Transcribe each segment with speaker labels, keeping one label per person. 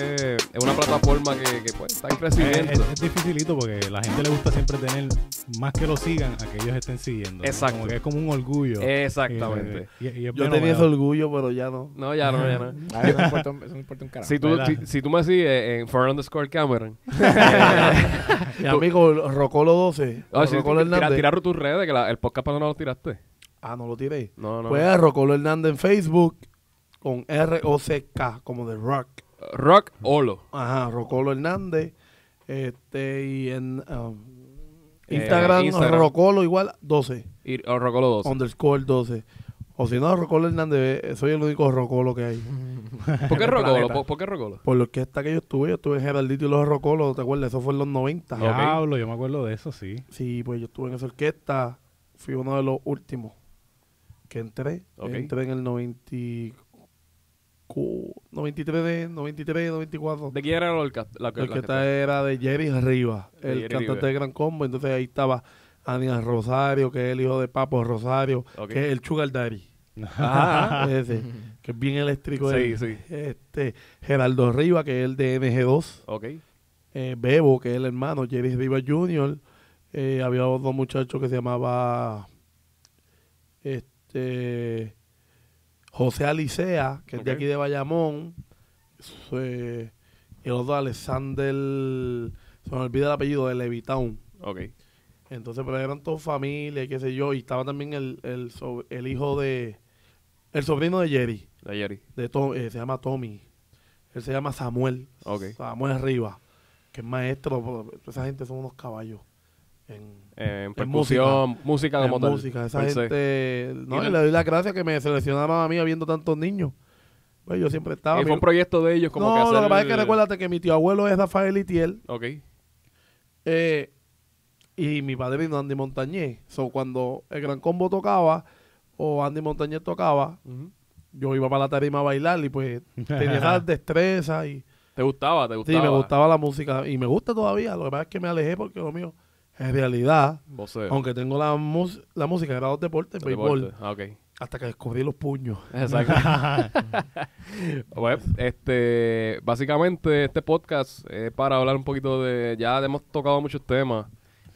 Speaker 1: eh, la forma que, que pues, están
Speaker 2: Eh,
Speaker 1: creciendo.
Speaker 2: Es, es dificilito porque la gente le gusta siempre tener más que lo sigan a que ellos estén siguiendo. ¿no?
Speaker 1: Exacto.
Speaker 2: Como que es como un orgullo.
Speaker 1: Exactamente.
Speaker 2: Y- y- y es
Speaker 3: Yo
Speaker 2: bueno,
Speaker 3: tenía ese
Speaker 2: ¿verdad?
Speaker 3: orgullo, pero ya no.
Speaker 1: No, ya no, ya no.
Speaker 4: Ah, eso no importa, eso no importa un
Speaker 3: Ah,
Speaker 4: carajo.
Speaker 1: Si tú,
Speaker 2: ¿Verdad?
Speaker 1: si, si tú me sigues en for underscore Cameron,
Speaker 3: Mi amigo Rocolo 12.
Speaker 1: Ah, sí,
Speaker 3: Rocolo
Speaker 1: tira,
Speaker 3: Hernández.
Speaker 1: tirar tus redes, que la- el podcast pasado no lo tiraste.
Speaker 3: Ah, no lo tiré.
Speaker 1: No, no.
Speaker 3: Pues a Rocolo Hernández en Facebook con R-O-C-K, como de rock.
Speaker 1: Rock Olo.
Speaker 3: Ajá, Rocolo Hernández. Este, y en um,
Speaker 1: Eh,
Speaker 3: Instagram,
Speaker 1: Instagram.
Speaker 3: Rocolo igual 12,
Speaker 1: Y, o Rocolo 12.
Speaker 3: underscore 12. O si no, Rocolo Hernández, eh, soy el único Rocolo que hay.
Speaker 1: ¿Por qué
Speaker 3: en el
Speaker 1: Rocolo?
Speaker 3: planeta.
Speaker 1: ¿Por, por qué Rocolo?
Speaker 3: Por la orquesta que yo estuve, yo estuve en Geraldito y los Rocolos, ¿te acuerdas? Eso fue en los 90.
Speaker 1: Ya.
Speaker 2: Diablo, yo me acuerdo de eso, sí.
Speaker 3: Sí, pues yo estuve en esa orquesta, fui uno de los últimos que entré.
Speaker 1: Ok.
Speaker 3: Entré en el 90, y cu- 93, de- 93, 94.
Speaker 1: ¿De quién era la orca- la- la-
Speaker 3: La orquesta
Speaker 1: la-
Speaker 3: era de Jerry Rivas,
Speaker 1: De
Speaker 3: el
Speaker 1: Jerry
Speaker 3: cantante
Speaker 1: Rivas.
Speaker 3: de Gran Combo. Entonces ahí estaba Ania Rosario, que es el hijo de Papo Rosario,
Speaker 1: Ok.
Speaker 3: que es el Sugar Daddy.
Speaker 1: Ah,
Speaker 3: Ese, que es bien eléctrico.
Speaker 1: sí,
Speaker 3: él.
Speaker 1: sí.
Speaker 3: Este, Gerardo Rivas, que es el de MG2.
Speaker 1: Ok.
Speaker 3: eh, Bebo, que es el hermano, Jerry Rivas Jr. eh, había otro muchacho que se llamaba este José Alicea, que es de
Speaker 1: Ok.
Speaker 3: aquí de Bayamón. eh, y el otro Alexander, se me olvida el apellido, de Levitown.
Speaker 1: Ok.
Speaker 3: Entonces, pero eran todos familia, y qué sé yo. Y estaba también el, el, so- el hijo de, el sobrino de Jerry,
Speaker 1: De Jerry.
Speaker 3: de Tom- eh, se llama Tommy. Él se llama Samuel.
Speaker 1: Ok.
Speaker 3: Samuel Rivas, que es maestro, pero esa gente son unos caballos. En,
Speaker 1: Eh, en percusión, música,
Speaker 3: en
Speaker 1: como tal.
Speaker 3: música, esa
Speaker 1: per se.
Speaker 3: gente.
Speaker 1: Y
Speaker 3: No, y
Speaker 1: no-
Speaker 3: le doy las gracias que me seleccionaban a mí habiendo tantos niños. Pues yo siempre estaba.
Speaker 1: Y fue
Speaker 3: mi-
Speaker 1: un proyecto de ellos como
Speaker 3: no,
Speaker 1: que hacer...
Speaker 3: lo que pasa es que recuérdate que mi tío abuelo es Rafael Itiel
Speaker 1: Ok.
Speaker 3: eh, y mi padre vino Andy Montañez. So, cuando el Gran Combo tocaba o Andy Montañez tocaba, yo iba para la tarima a bailar y pues tenía esas destrezas y
Speaker 1: ¿Te gustaba? ¿Te gustaba?
Speaker 3: Sí, me gustaba la música y me gusta todavía. Lo que pasa es que me alejé porque lo mío, en realidad,
Speaker 1: Voceo.
Speaker 3: aunque tengo la, mus- la música, era dos deportes,
Speaker 1: Deporte.
Speaker 3: béisbol,
Speaker 1: Ah, ok.
Speaker 3: hasta que descubrí los puños.
Speaker 1: Exacto. bueno, este, básicamente este podcast es para hablar un poquito de, ya hemos tocado muchos temas,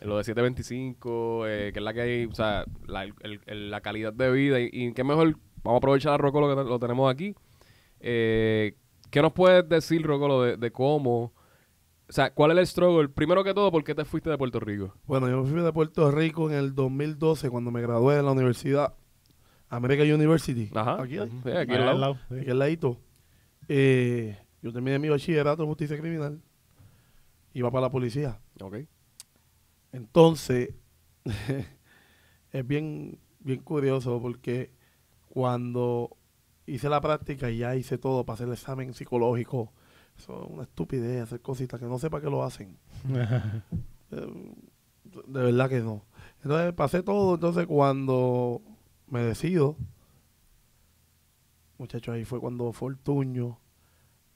Speaker 1: lo de 725, eh, que es la que hay, o sea, la, el- el- la calidad de vida y, y qué mejor, vamos a aprovechar a Rocolo que te- lo tenemos aquí. Eh, ¿Qué nos puedes decir, Rocolo, de, de cómo, o sea, cuál es el struggle? Primero que todo, ¿por qué te fuiste de Puerto Rico?
Speaker 3: Bueno, yo me fui de Puerto Rico en el 2012 cuando me gradué de la universidad American University.
Speaker 1: Ajá.
Speaker 3: Aquí, hay,
Speaker 1: Sí, aquí
Speaker 2: Ahí
Speaker 1: al lado.
Speaker 2: al lado, sí.
Speaker 3: aquí al ladito. Eh, yo terminé mi bachillerato en justicia criminal. Iba para la policía.
Speaker 1: Ok.
Speaker 3: Entonces, es bien, bien curioso porque cuando hice la práctica y ya hice todo para hacer el examen psicológico, eso es una estupidez, hacer cositas que no sé para qué lo hacen. Eh, De verdad que no. Entonces pasé todo, entonces cuando me decido, muchachos, ahí fue cuando Fortuño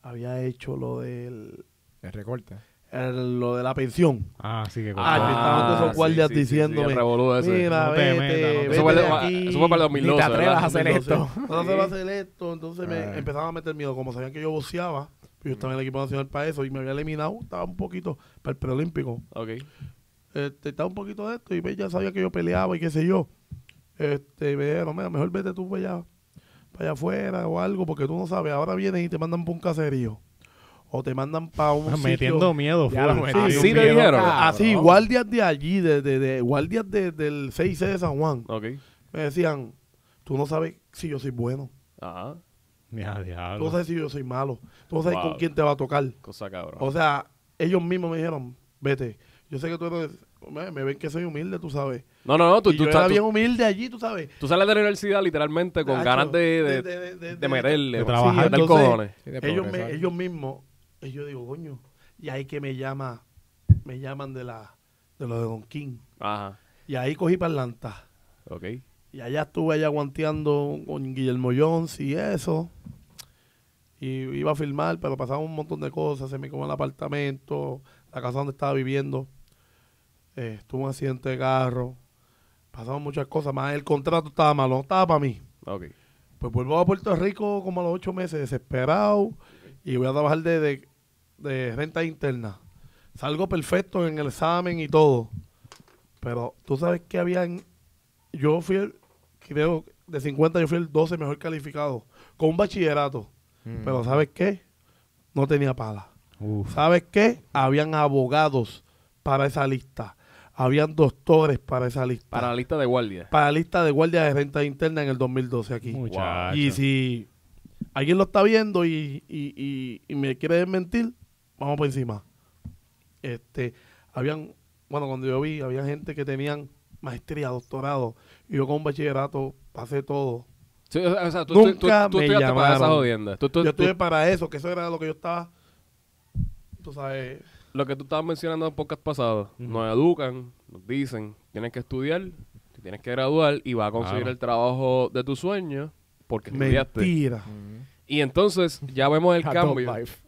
Speaker 3: había hecho lo del,
Speaker 4: El recorte.
Speaker 3: el- lo de la pensión.
Speaker 2: Ah, sí que
Speaker 3: Ah, que estaban todos esos guardias diciéndome,
Speaker 1: el revolú ese.
Speaker 3: Mira,
Speaker 2: No te
Speaker 3: vete,
Speaker 2: metas, no te
Speaker 3: vete
Speaker 2: metas".
Speaker 1: Eso fue,
Speaker 3: de
Speaker 1: el-
Speaker 3: aquí.
Speaker 1: eso fue para el
Speaker 4: Ni
Speaker 1: 2012.
Speaker 4: te atrevas
Speaker 1: ¿verdad?
Speaker 4: a hacer esto.
Speaker 3: No se va a hacer esto. Entonces me
Speaker 4: Ah.
Speaker 3: empezaron a meter miedo. Como sabían que yo boceaba, pues yo estaba en el equipo nacional para eso y me había eliminado, estaba un poquito para el preolímpico.
Speaker 1: Ok.
Speaker 3: Este, estaba un poquito de esto y pues, ya sabía que yo peleaba y qué sé yo. Este, me dijeron, mira, mejor vete tú para allá, para allá afuera o algo, porque tú no sabes. Ahora vienen y te mandan para un caserío. O te mandan para un sitio-
Speaker 2: Metiendo miedo.
Speaker 4: Ya lo
Speaker 2: full.
Speaker 4: metí.
Speaker 1: sí, sí, te dijeron.
Speaker 3: Así, guardias de allí, de, de, de- guardias de- del 6C de San Juan.
Speaker 1: Ok.
Speaker 3: Me decían, tú no sabes si yo soy bueno,
Speaker 1: Ajá.
Speaker 2: Ya,
Speaker 3: tú no
Speaker 2: diablo.
Speaker 3: sabes si yo soy malo, tú no sabes
Speaker 1: Wow.
Speaker 3: con quién te va a tocar.
Speaker 1: Cosa cabrón.
Speaker 3: O sea, ellos mismos me dijeron, vete, yo sé que tú eres, me, me ven que soy humilde, tú sabes.
Speaker 1: no, no, no. Tú,
Speaker 3: y
Speaker 1: tú,
Speaker 3: yo
Speaker 1: estás-
Speaker 3: era
Speaker 1: tú-
Speaker 3: bien humilde allí, tú sabes.
Speaker 1: tú sales de la universidad literalmente con
Speaker 3: Nacho,
Speaker 1: ganas de, de,
Speaker 3: de- de- de-
Speaker 1: de
Speaker 3: de-
Speaker 1: meterle.
Speaker 2: de trabajar.
Speaker 1: de meter
Speaker 3: Entonces,
Speaker 1: cojones.
Speaker 4: Sí, de
Speaker 3: ellos, me-
Speaker 4: progresar.
Speaker 3: ellos mismos, y yo digo, coño, y ahí que me llama, me llaman de la, de lo de Don King.
Speaker 1: Ajá.
Speaker 3: Y ahí cogí parlanta.
Speaker 1: Ok.
Speaker 3: Y allá estuve allá aguanteando con Guillermo Jones y eso. Y iba a filmar, pero pasaban un montón de cosas. Se me comió el apartamento, la casa donde estaba viviendo. Eh, tuve un accidente de carro. Pasaron muchas cosas. Más el contrato estaba malo, no estaba para mí.
Speaker 1: Ok.
Speaker 3: Pues vuelvo a Puerto Rico como a los ocho meses, desesperado. Y voy a trabajar desde de renta interna. Salgo perfecto en el examen y todo. Pero tú sabes que había en- Yo fui el, creo, de 50 yo fui el 12 mejor calificado. Con un bachillerato.
Speaker 4: Mm.
Speaker 3: Pero ¿sabes qué? No tenía pala.
Speaker 2: Uf.
Speaker 3: ¿Sabes qué? Habían abogados para esa lista. Habían doctores para esa lista.
Speaker 1: Para la lista de guardia.
Speaker 3: para la lista de guardias de renta interna en el 2012 aquí.
Speaker 1: Ah,
Speaker 2: Muchacho.
Speaker 3: Y si alguien lo está viendo y, y- y- y me quiere mentir, vamos por encima. Este, habían, bueno, cuando yo vi, había gente que tenían maestría, doctorado, y yo con un bachillerato pasé todo.
Speaker 1: Sí, o o sea, tú, tú, tú,
Speaker 3: Nunca
Speaker 1: tú
Speaker 3: me
Speaker 1: estudiaste para esa
Speaker 3: llamaron.
Speaker 1: jodienda. Tú- tú-
Speaker 3: Yo
Speaker 1: tú-
Speaker 3: estudié para eso, que eso era lo que yo estaba, tú sabes,
Speaker 1: lo que tú estabas mencionando en podcast pasado, nos educan, nos dicen, tienes que estudiar, te tienes que graduar y vas a conseguir
Speaker 2: Claro.
Speaker 1: el trabajo de tus sueños porque estudiaste.
Speaker 3: mentira.
Speaker 4: Mm.
Speaker 1: Y entonces ya vemos el
Speaker 4: Adult
Speaker 1: cambio.
Speaker 4: life.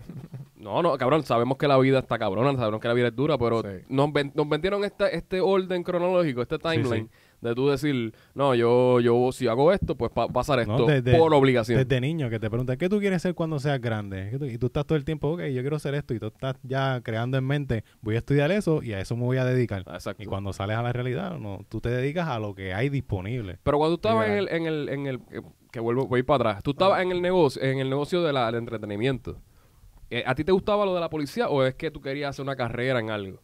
Speaker 1: No, no, cabrón, sabemos que la vida está cabrona, sabemos que la vida es dura, pero
Speaker 4: Sí.
Speaker 1: nos, ven- nos vendieron esta, este orden cronológico, este timeline,
Speaker 2: sí.
Speaker 1: de tú decir, no, yo, yo si hago esto, pues pa- pasar esto
Speaker 2: No, desde-
Speaker 1: por obligación.
Speaker 2: Desde niño que te preguntan, ¿qué tú quieres ser cuando seas grande? ¿Qué tú- Y tú estás todo el tiempo, ok, yo quiero ser esto. Y tú estás ya creando en mente, voy a estudiar eso y a eso me voy a dedicar.
Speaker 1: Ah, Exacto.
Speaker 2: Y cuando sales a la realidad, no, tú te dedicas a lo que hay disponible.
Speaker 1: Pero cuando tú estabas en el,
Speaker 4: Literal.
Speaker 1: en el, en el, eh, que vuelvo, voy para atrás, tú estabas
Speaker 3: Ah.
Speaker 1: en el negocio, en el negocio de la- del entretenimiento. Eh, ¿A ti te gustaba lo de la policía o es que tú querías hacer una carrera en algo?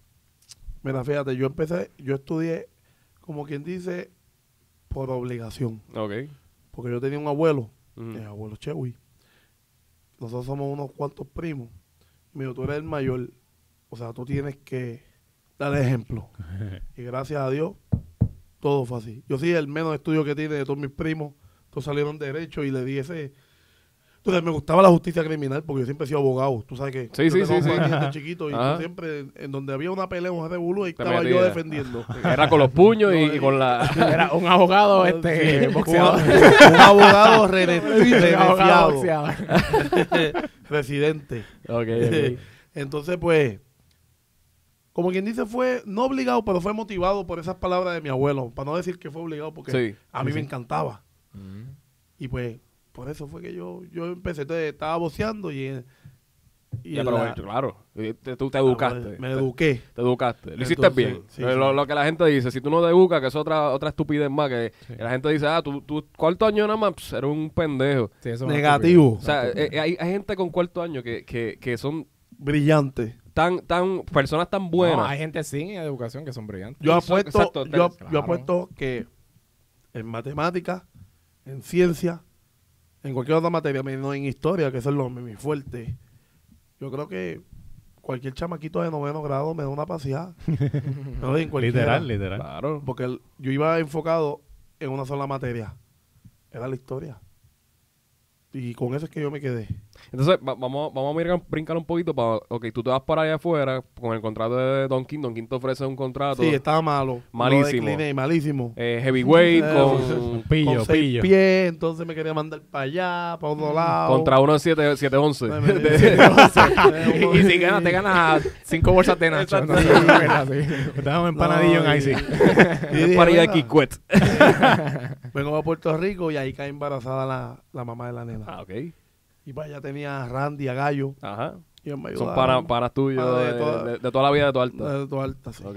Speaker 3: Mira, fíjate, yo empecé, yo estudié, como quien dice, por obligación.
Speaker 1: Ok. Mm.
Speaker 3: Porque yo tenía un abuelo,
Speaker 1: Ujú.
Speaker 3: el abuelo Chewi. Nosotros somos unos cuantos primos. Me dijo, tú eres el mayor. O sea, tú tienes que dar ejemplo. y gracias a Dios, todo fue así. Yo sí, el menos estudio que tiene de todos mis primos, todos salieron derecho y le di ese... Entonces me gustaba la justicia criminal porque yo siempre he sido abogado. Tú sabes que
Speaker 1: Sí, sí,
Speaker 3: yo tengo
Speaker 1: sí, sí.
Speaker 3: familia desde chiquito y
Speaker 1: Ajá.
Speaker 3: yo siempre en, en donde había una pelea, un revolú, ahí
Speaker 1: Te
Speaker 3: estaba yo
Speaker 1: metía.
Speaker 3: defendiendo.
Speaker 1: Era con los puños y, y con la...
Speaker 4: Era un abogado
Speaker 3: Sí,
Speaker 4: este
Speaker 3: un-
Speaker 4: boxeador.
Speaker 3: Un abogado rene-
Speaker 4: Un abogado
Speaker 3: renefiado.
Speaker 4: boxeador.
Speaker 3: residente.
Speaker 1: Ok, ok.
Speaker 3: Entonces, pues, como quien dice, fue no obligado, pero fue motivado por esas palabras de mi abuelo. Para no decir que fue obligado, porque
Speaker 1: Sí,
Speaker 3: a mí
Speaker 2: sí,
Speaker 3: me
Speaker 2: sí.
Speaker 3: encantaba.
Speaker 4: Mm.
Speaker 3: Y pues, por eso fue que yo, yo empecé. Entonces, estaba voceando y. en- y
Speaker 1: Ya,
Speaker 3: en
Speaker 1: pero,
Speaker 3: la- Ah,
Speaker 1: claro, eh, te- tú te educaste.
Speaker 3: Me eduqué.
Speaker 1: Te educaste. Lo
Speaker 3: Entonces,
Speaker 1: hiciste bien.
Speaker 3: sí,
Speaker 1: Eh,
Speaker 3: sí.
Speaker 1: Lo, lo que la gente dice, si tú no te educas, que es otra otra estupidez más, que la gente dice, ah, tú, tú cuarto año nada más, pss, eres un pendejo.
Speaker 4: Sí, eso es una
Speaker 3: Negativo.
Speaker 1: O sea, eh, eh, hay, hay gente con cuarto año que, que, que son
Speaker 3: Brillante.
Speaker 1: tan, tan, personas tan buenas.
Speaker 4: No, hay gente sin educación que son brillantes.
Speaker 3: Yo
Speaker 1: Exacto,
Speaker 3: apuesto,
Speaker 1: exacto,
Speaker 3: yo,
Speaker 1: claro.
Speaker 3: yo apuesto que en matemáticas, en ciencia, en cualquier otra materia, menos en historia, que eso es lo mi mi fuerte. Yo creo que cualquier chamaquito de noveno grado me da una paseada. no, en cualquiera.
Speaker 2: Literal, literal.
Speaker 1: claro.
Speaker 3: Porque el- yo iba enfocado en una sola materia. Era la historia. Y con eso es que yo me quedé.
Speaker 1: Entonces, va- vamos, vamos a brincar, brincar un poquito para... Ok, tú te vas para allá afuera con el contrato de Don King. Don King te ofrece un contrato
Speaker 3: Sí, estaba malo. Lo
Speaker 1: Malísimo.
Speaker 3: decliné, malísimo.
Speaker 1: eh, heavyweight
Speaker 3: Eh,
Speaker 1: con,
Speaker 2: Pillo,
Speaker 3: con seis
Speaker 2: pillo.
Speaker 3: pies, entonces me quería mandar para allá, para otro lado.
Speaker 1: Mm. contra uno de 7
Speaker 3: No,
Speaker 1: 711.
Speaker 3: me- me-
Speaker 4: Y, y si ganas, te ganas cinco bolsas de nacho.
Speaker 3: Exacto.
Speaker 4: No, sé, una cosa así.
Speaker 2: Dame un empanadillo
Speaker 3: No,
Speaker 2: en
Speaker 3: y-
Speaker 2: Icy.
Speaker 3: y dije,
Speaker 1: para ir
Speaker 3: "Mira,
Speaker 1: aquí, quit.
Speaker 3: Vengo a Puerto Rico y ahí cae embarazada la, la mamá de la nena.
Speaker 1: Ah, ok.
Speaker 3: Y pues ya tenía a Randy, a Gallo.
Speaker 1: Ajá.
Speaker 3: Y ellos me
Speaker 1: Son
Speaker 3: ayudaron.
Speaker 1: para, para tuyos
Speaker 3: Para
Speaker 1: de,
Speaker 3: de toda-
Speaker 1: de- de toda la vida de tu alta.
Speaker 3: Eh, todo alta, sí.
Speaker 1: Ok.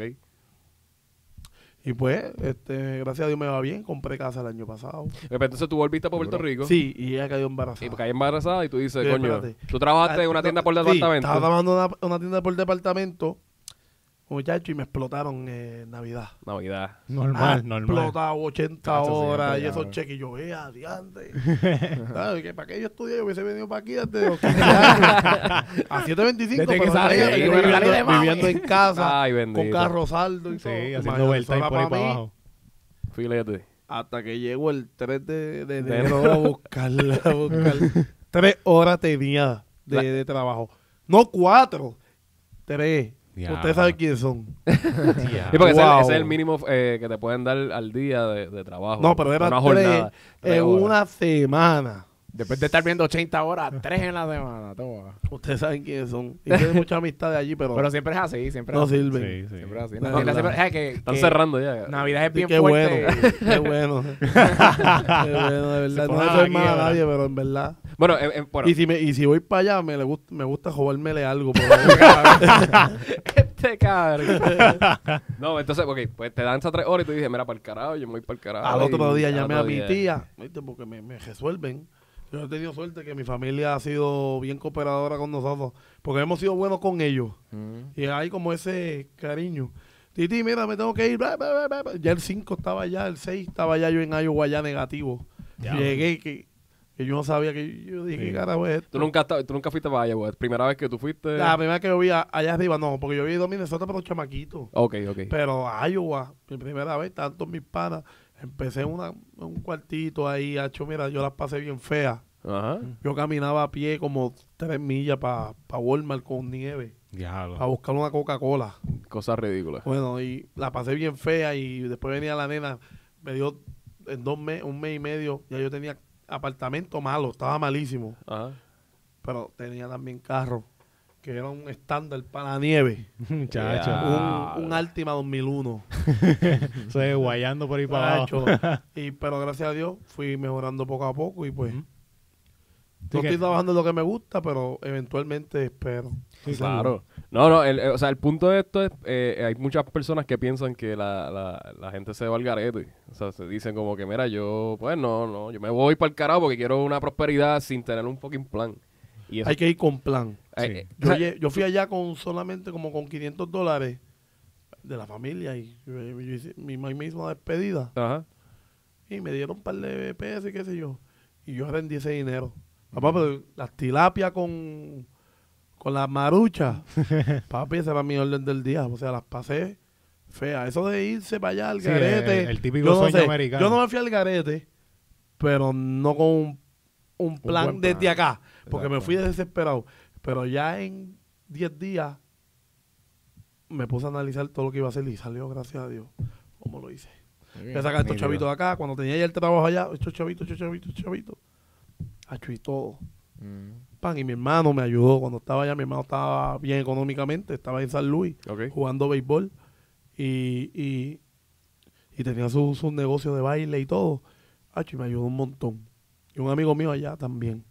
Speaker 3: Y pues, este, gracias a Dios me va bien. Compré casa el año pasado.
Speaker 1: Pero Entonces tú volviste a Puerto Rico.
Speaker 3: Sí, y ella cayó embarazada.
Speaker 1: Y caí embarazada y tú dices,
Speaker 3: Sí,
Speaker 1: coño,
Speaker 3: espérate.
Speaker 1: tú trabajaste en una
Speaker 3: Ah,
Speaker 1: tienda por
Speaker 3: sí,
Speaker 1: departamento.
Speaker 3: Estaba trabajando en una, una tienda por departamento, muchacho, y me explotaron eh, Navidad.
Speaker 1: Navidad.
Speaker 2: Normal,
Speaker 3: Ah,
Speaker 2: normal.
Speaker 3: Explotado 80
Speaker 4: Ah, eso sí,
Speaker 3: horas y
Speaker 4: ya,
Speaker 3: esos
Speaker 4: ya.
Speaker 3: cheques. Y yo, eh, adiante. ¿Sabes? Que ¿Para qué yo estudié? Yo hubiese venido para aquí desde los 15 años. A 7.25.
Speaker 4: Desde que
Speaker 3: pero
Speaker 4: salí,
Speaker 3: salía,
Speaker 4: desde
Speaker 3: yo
Speaker 4: que
Speaker 3: viviendo,
Speaker 4: salí de mami.
Speaker 3: viviendo en casa,
Speaker 1: Ay, bendito.
Speaker 3: con carro saldo y todo.
Speaker 2: Sí,
Speaker 3: Imagínate,
Speaker 2: haciendo vuelta y
Speaker 3: eso era
Speaker 2: por ahí
Speaker 3: para
Speaker 2: para
Speaker 3: mí,
Speaker 2: abajo.
Speaker 1: Filete.
Speaker 3: Hasta que llego el 3 de, de
Speaker 1: De
Speaker 3: enero a buscarla, a buscar. Tres horas tenía
Speaker 1: La-
Speaker 3: de, de trabajo. No cuatro, tres.
Speaker 2: Diablo.
Speaker 3: Ustedes saben quiénes son.
Speaker 1: Y porque ese, es el-
Speaker 3: Wow.
Speaker 1: ese es el mínimo eh, que te pueden dar al día de, de trabajo.
Speaker 3: No, pero era
Speaker 1: una
Speaker 3: tres eh,
Speaker 1: jornada. tres
Speaker 3: en
Speaker 1: horas.
Speaker 3: una semana.
Speaker 4: Después de estar viendo 80 horas, 3 en la semana, toma.
Speaker 3: Ustedes saben quiénes son. Y tienen muchas amistades allí, pero,
Speaker 4: Pero siempre es así, siempre es
Speaker 3: no
Speaker 4: así.
Speaker 3: sirven.
Speaker 2: Sí, sí.
Speaker 4: Siempre es así.
Speaker 3: No,
Speaker 4: Navidad
Speaker 3: no.
Speaker 4: siempre- es que-
Speaker 1: Están
Speaker 4: que
Speaker 1: cerrando ya.
Speaker 4: Navidad es
Speaker 3: Sí,
Speaker 4: bien
Speaker 3: qué
Speaker 4: fuerte.
Speaker 3: bueno, qué bueno. qué bueno, de verdad. No
Speaker 4: ponen
Speaker 3: soy
Speaker 4: aquí
Speaker 3: más a
Speaker 4: ahora.
Speaker 3: nadie, pero en verdad.
Speaker 1: Bueno, en- en- bueno,
Speaker 3: Y si, me, y si voy para allá, me, le gust- me gusta jugármele algo. Por
Speaker 4: este cabrón.
Speaker 1: no, entonces, ok, pues te dan esas tres horas y tú dices, mira, para el carajo, yo me voy para el carajo.
Speaker 3: Al otro
Speaker 1: y-
Speaker 3: día
Speaker 1: al
Speaker 3: llamé
Speaker 1: otro
Speaker 3: a mi
Speaker 1: día-
Speaker 3: tía, ¿viste? porque me, me resuelven. Yo he tenido suerte que mi familia ha sido bien cooperadora con nosotros, porque hemos sido buenos con ellos.
Speaker 1: Mm.
Speaker 3: Y hay como ese cariño. Titi, mira, me tengo que ir. bla, bla, bla, bla. Ya el 5 estaba allá, el 6 estaba allá yo en Iowa ya negativo. Llegué que, que yo no sabía que yo dije,
Speaker 2: Sí.
Speaker 3: ¿qué carajo es esto?
Speaker 1: Tú nunca, has estado- tú nunca fuiste para Iowa, es la primera vez que tú fuiste.
Speaker 3: La primera que yo vi a- allá arriba, no, porque yo había ido a Minnesota pero chamaquito.
Speaker 1: Ok, ok.
Speaker 3: Pero a Iowa, mi primera vez, tanto mis panas, empecé en una- un cuartito ahí, hecho, mira, yo las pasé bien feas.
Speaker 1: Ajá.
Speaker 3: Yo caminaba a pie como tres millas para Walmart con nieve, a
Speaker 2: Diablo.
Speaker 3: buscar una Coca-Cola.
Speaker 1: Cosas ridículas.
Speaker 3: Bueno, y la pasé bien fea y después venía la nena, me dio en dos meses, un mes y medio, ya yo tenía apartamento malo, estaba malísimo,
Speaker 1: Ajá.
Speaker 3: pero tenía también carro, que era un estándar para la nieve,
Speaker 2: Muchacho.
Speaker 1: Ah,
Speaker 3: un, un Altima 2001.
Speaker 2: Se guayando por ahí para abajo.
Speaker 3: Nacho. y pero gracias a Dios fui mejorando poco a poco y pues
Speaker 2: Ujú.
Speaker 3: no
Speaker 2: que-
Speaker 3: estoy trabajando en lo que me gusta pero eventualmente espero
Speaker 2: Sí,
Speaker 1: Claro. No, no, el- eh, o sea, el punto de esto es, eh, hay muchas personas que piensan que la, la, la gente se va al garete. O sea, se dicen como que, mira, yo, pues no, no, yo me voy para el carajo porque quiero una prosperidad sin tener un fucking plan. Y eso,
Speaker 3: hay que ir con plan
Speaker 1: eh,
Speaker 2: sí.
Speaker 1: eh, o
Speaker 3: yo,
Speaker 1: sea,
Speaker 3: lle- yo fui allá con solamente como con 500 dólares de la familia y yo- yo hice- mi mamá me hizo una despedida
Speaker 1: ajá.
Speaker 3: y me dieron un par de pesos y qué sé yo y yo rendí ese dinero papá pero las tilapias con con las maruchas papi esa era mi orden del día o sea las pasé fea eso de irse para allá al
Speaker 2: Sí,
Speaker 3: garete
Speaker 2: el- el típico
Speaker 3: yo no
Speaker 2: sueño
Speaker 3: sé,
Speaker 2: americano.
Speaker 3: yo no me fui al garete pero no con un, un plan
Speaker 4: buen plan.
Speaker 3: desde acá porque me
Speaker 4: Exacto.
Speaker 3: fui desesperado pero ya en 10 días me puse a analizar todo lo que iba a hacer y salió gracias a Dios cómo lo hice Voy a sacar estos chavitos de acá. Cuando tenía ya el trabajo allá, estos chavitos, estos chavitos, estos chavitos. Acho y todo.
Speaker 4: Mm.
Speaker 3: Pan, y mi hermano me ayudó. Cuando estaba allá, mi hermano estaba bien económicamente. Estaba en San Luis
Speaker 1: Ok.
Speaker 3: jugando béisbol. Y, y, y tenía su, su negocio de baile y todo. Acho, y me ayudó un montón. Y un amigo mío allá también.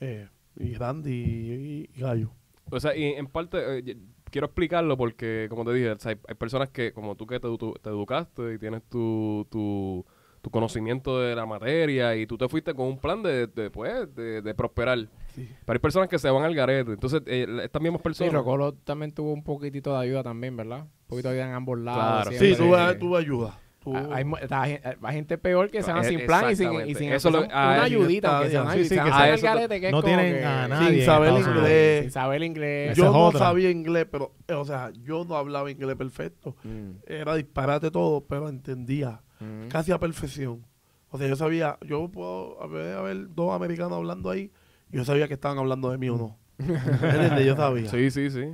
Speaker 3: Eh, y Randy y, y Gallo.
Speaker 1: O sea, y en parte, eh, y- quiero explicarlo porque, como te dije, o sea, hay, hay personas que, como tú que te, edu- te educaste y tienes tu, tu, tu conocimiento de la materia y tú te fuiste con un plan de, de, pues, de, de prosperar.
Speaker 3: Sí.
Speaker 1: Pero hay personas que se van al garete. Entonces, eh, la- estas mismas
Speaker 4: Sí,
Speaker 1: personas...
Speaker 4: Rocolo también tuvo un poquitito de ayuda también, ¿verdad? Un poquito de ayuda en ambos lados.
Speaker 1: Claro.
Speaker 3: Sí,
Speaker 4: siempre.
Speaker 3: tuve, tuve ayuda. Tuve-
Speaker 4: Ah, Hay, mu- está gen- hay gente peor que se van
Speaker 1: Eh,
Speaker 4: sin plan y sin, y sin
Speaker 1: exactamente. Eso lo-
Speaker 4: aunque sea
Speaker 1: ah,
Speaker 4: una
Speaker 1: sí,
Speaker 4: ayudita.
Speaker 3: está
Speaker 4: aunque sea
Speaker 3: bien.
Speaker 4: una ayudita,
Speaker 2: Sí, sí,
Speaker 4: se
Speaker 2: que
Speaker 4: van
Speaker 1: a
Speaker 4: al
Speaker 1: eso
Speaker 4: garete, que es
Speaker 2: No
Speaker 4: como
Speaker 2: tienen
Speaker 4: que-
Speaker 2: a
Speaker 3: Sin
Speaker 2: nadie. en
Speaker 3: saber
Speaker 2: Estados Unidos.
Speaker 3: inglés.
Speaker 4: Sin saber inglés.
Speaker 2: Esa
Speaker 3: Yo
Speaker 2: es
Speaker 3: no
Speaker 2: otra.
Speaker 3: sabía inglés, pero, eh, o sea, yo no hablaba inglés perfecto.
Speaker 4: Mm,
Speaker 3: Era disparate todo, pero entendía
Speaker 4: mm.
Speaker 3: casi a perfección. O sea, yo sabía, yo puedo haber, haber dos americanos hablando ahí, y yo sabía que estaban hablando de mí o no. ¿Entiendes? Yo sabía.
Speaker 1: Sí, sí, sí.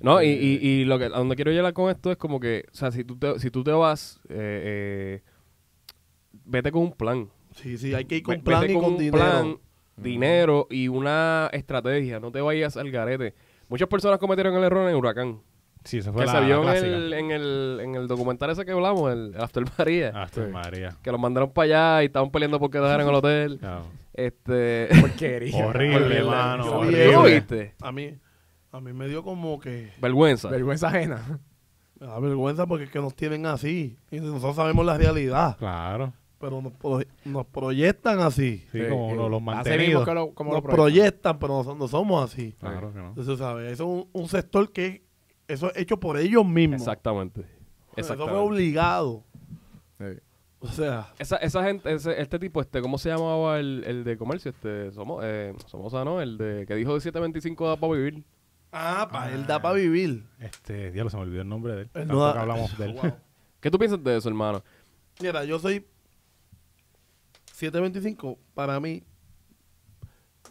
Speaker 1: No, y, y, y lo que, a donde quiero llegar con esto es como que, o sea, si tú te, si tú te vas, eh, eh, vete con un plan.
Speaker 3: Sí, sí, hay que ir con
Speaker 1: Ve-
Speaker 3: plan
Speaker 1: vete
Speaker 3: y con,
Speaker 1: un
Speaker 3: dinero.
Speaker 1: plan, dinero y una estrategia. No te vayas al garete. Muchas personas cometieron el error en Huracán.
Speaker 2: Sí, se fue
Speaker 1: Que
Speaker 2: la
Speaker 1: se vio en
Speaker 2: clásica.
Speaker 1: el, en, el, en el documental ese que hablamos, el After María.
Speaker 2: Hasta
Speaker 4: Sí.
Speaker 2: Ah, María.
Speaker 1: Que los mandaron para allá y estaban peleando porque dejaron el hotel.
Speaker 2: Claro.
Speaker 1: Este...
Speaker 4: Porquería.
Speaker 2: Ah. Horrible,
Speaker 4: Horrible.
Speaker 2: mano,
Speaker 4: Yo-
Speaker 3: horrible.
Speaker 1: ¿Tú lo viste?
Speaker 3: A mí, a mí me dio como que
Speaker 1: Vergüenza.
Speaker 4: Vergüenza ajena.
Speaker 3: me da vergüenza porque es que nos tienen así. Y nosotros sabemos la realidad,
Speaker 2: Claro.
Speaker 3: pero nos, pro- nos proyectan así.
Speaker 2: Sí,
Speaker 1: Sí,
Speaker 2: como
Speaker 4: Eh,
Speaker 2: los, los
Speaker 4: así mismo
Speaker 2: mantenidos.
Speaker 4: que lo- como
Speaker 3: nos
Speaker 4: lo
Speaker 3: proyectan,
Speaker 4: proyectan.
Speaker 3: pero no, no somos así.
Speaker 2: Claro que no.
Speaker 3: Entonces, ¿sabes? Eso es un, un sector que eso es hecho por ellos mismos.
Speaker 1: Exactamente.
Speaker 3: Eso
Speaker 1: Exactamente.
Speaker 3: fue obligado.
Speaker 4: Sí.
Speaker 3: O sea,
Speaker 1: Esa, esa gente, ese- este tipo, este, ¿cómo se llamaba el, el de comercio? Este, Somo, eh, Somoza, ¿no? El de que dijo de 725 da para vivir.
Speaker 3: ah, pa, él da para vivir.
Speaker 2: Este, diablo, se me olvidó el nombre de él.
Speaker 3: Él
Speaker 2: Tanto
Speaker 3: no da-
Speaker 2: que hablamos de él.
Speaker 3: Wow.
Speaker 1: ¿Qué tú piensas de eso, hermano?
Speaker 3: Mira, yo soy 725 para mí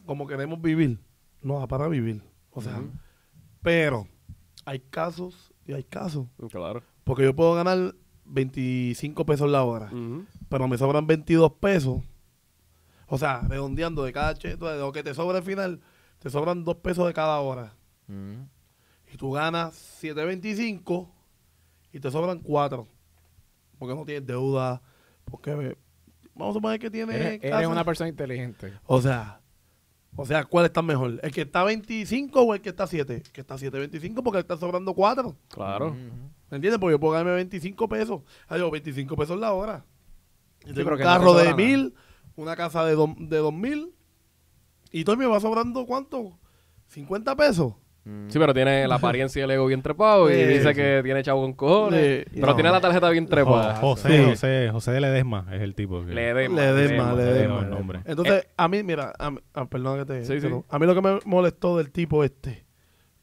Speaker 3: como queremos vivir, no da para vivir. O sea, pero hay casos y hay casos,
Speaker 1: Claro.
Speaker 3: porque yo puedo ganar 25 pesos la hora.
Speaker 1: Ujú.
Speaker 3: pero me sobran 22 pesos O sea, redondeando de cada cheque, de lo que te sobra al final, te sobran dos pesos de cada hora.
Speaker 5: Mm.
Speaker 3: Y tú ganas 7.25 y te sobran cuatro. Porque no tienes deuda, porque eh, vamos a suponer que tienes
Speaker 4: Eres, eres
Speaker 3: casa.
Speaker 4: una persona inteligente.
Speaker 3: O sea, o sea, ¿cuál está mejor? ¿El que está 25 o el que está 7? El que está 7.25 porque está sobrando cuatro.
Speaker 1: Claro.
Speaker 5: Mm.
Speaker 3: ¿Me entiendes? Porque yo puedo ganarme 25 pesos. Ah, yo, 25 pesos la hora. Y
Speaker 5: Sí,
Speaker 3: tengo
Speaker 5: pero
Speaker 3: un
Speaker 5: que no te
Speaker 3: carro
Speaker 5: sobra
Speaker 3: de
Speaker 5: nada.
Speaker 3: mil, una casa de, dos- de 2000. Y todo me va sobrando, ¿cuánto? 50 pesos.
Speaker 5: Mm.
Speaker 1: Sí, pero tiene la apariencia y el ego bien trepado y
Speaker 3: Eh,
Speaker 1: dice
Speaker 3: sí.
Speaker 1: que tiene chavo con cojones.
Speaker 3: Eh,
Speaker 1: pero
Speaker 5: no.
Speaker 1: tiene la tarjeta bien trepada.
Speaker 2: Oh, José,
Speaker 3: Sí.
Speaker 2: José, José de Ledesma es el tipo. que-
Speaker 1: Ledesma.
Speaker 2: Ledesma,
Speaker 3: Ledesma, Ledesma.
Speaker 2: el nombre.
Speaker 3: Entonces,
Speaker 5: Eh.
Speaker 3: a mí, mira, a mí- ah, perdón que te...
Speaker 1: Sí, sí.
Speaker 3: pero A mí lo que me molestó del tipo este,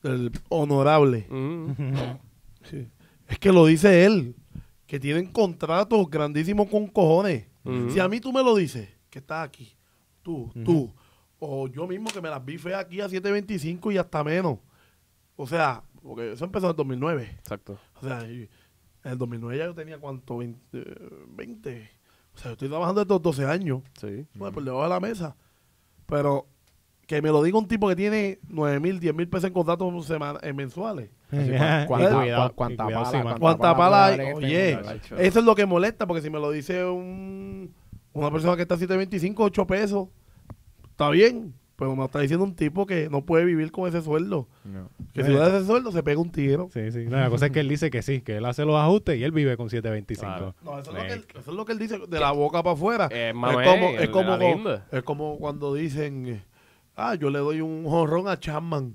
Speaker 3: del honorable,
Speaker 1: Mm.
Speaker 3: sí, es que lo dice él, que tienen contratos grandísimos con cojones.
Speaker 1: Ujú.
Speaker 3: Si a mí tú me lo dices, que estás aquí, tú, tú, o yo mismo que me las vi fue aquí a 7.25 y hasta menos. O sea, porque eso empezó en el 2009.
Speaker 1: Exacto.
Speaker 3: O sea, y en el 2009 ya yo tenía cuánto, 20. eh, 20. O sea, yo estoy trabajando estos 12 años.
Speaker 1: Sí.
Speaker 3: Bueno, por debajo de la mesa. Pero que me lo diga un tipo que tiene 9 mil, 10 mil pesos en contratos semana- eh, mensuales.
Speaker 2: Ajá, y
Speaker 4: cuánta-
Speaker 2: cuidado,
Speaker 4: cua- cuánta
Speaker 2: y cuidado,
Speaker 4: pala,
Speaker 2: sí, man.
Speaker 4: cuánta-
Speaker 3: ¿Cuánta pala
Speaker 4: palabra
Speaker 3: hay?
Speaker 4: que
Speaker 3: Oye,
Speaker 4: tengo,
Speaker 5: macho.
Speaker 3: eso es lo que molesta, porque si me lo dice un, una persona que está a 7.25, 8 pesos, está bien. Pero me lo está diciendo un tipo que no puede vivir con ese sueldo.
Speaker 5: No.
Speaker 3: Que si
Speaker 2: Eh.
Speaker 3: le da ese sueldo, se pega un tiro.
Speaker 2: Sí, sí. No, la cosa es que él dice que sí, que él hace los ajustes y él vive con 725.
Speaker 1: Claro.
Speaker 3: No, eso es, lo que él, eso es lo que él dice, de la boca para afuera.
Speaker 1: Eh,
Speaker 3: es,
Speaker 1: mamey,
Speaker 3: como,
Speaker 1: el
Speaker 3: es,
Speaker 1: de
Speaker 3: como,
Speaker 1: la linda.
Speaker 3: es como cuando dicen, eh, ah, yo le doy un jorrón a Chapman.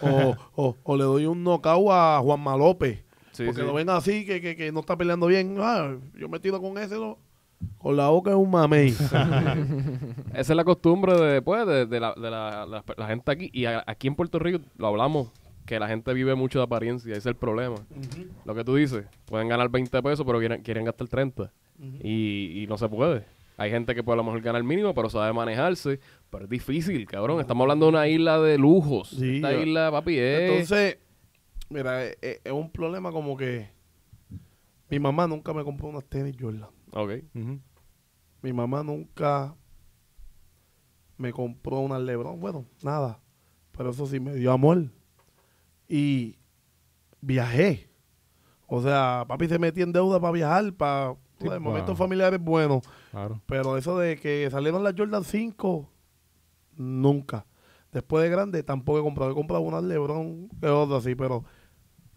Speaker 3: O, o- o le doy un knockout a Juanma López.
Speaker 1: Sí,
Speaker 3: porque
Speaker 1: sí.
Speaker 3: lo ven así, que, que, que no está peleando bien. Ah, yo me tiro con ese, ¿no? con la boca es un mamey.
Speaker 1: Esa es la costumbre de, pues, de, de la, de la, la- la gente aquí. Y a- aquí en Puerto Rico lo hablamos, que la gente vive mucho de apariencia. Ese es el problema. Lo que tú dices, pueden ganar 20 pesos, pero quieren, quieren gastar 30. y, y no se puede. Hay gente que puede a lo mejor ganar el mínimo, pero sabe manejarse. Pero es difícil, cabrón. Estamos hablando de una isla de lujos.
Speaker 3: Sí,
Speaker 1: Esta
Speaker 3: yo-
Speaker 1: isla, papi, es...
Speaker 3: Entonces, mira, eh, eh, es, un problema como que mi mamá nunca me compró unas tenis Jordan.
Speaker 1: Ok.
Speaker 2: Ujú.
Speaker 3: Mi mamá nunca me compró unas Lebron. Bueno, nada. Pero eso sí me dio amor. Y viajé. O sea, papi se metía en deuda para viajar, para
Speaker 2: Sí,
Speaker 3: de
Speaker 2: wow.
Speaker 3: momentos familiares buenos.
Speaker 2: Claro.
Speaker 3: Pero eso de que salieron las Jordan 5, nunca. Después de grande tampoco he comprado. He comprado unas Lebron, que otras así, pero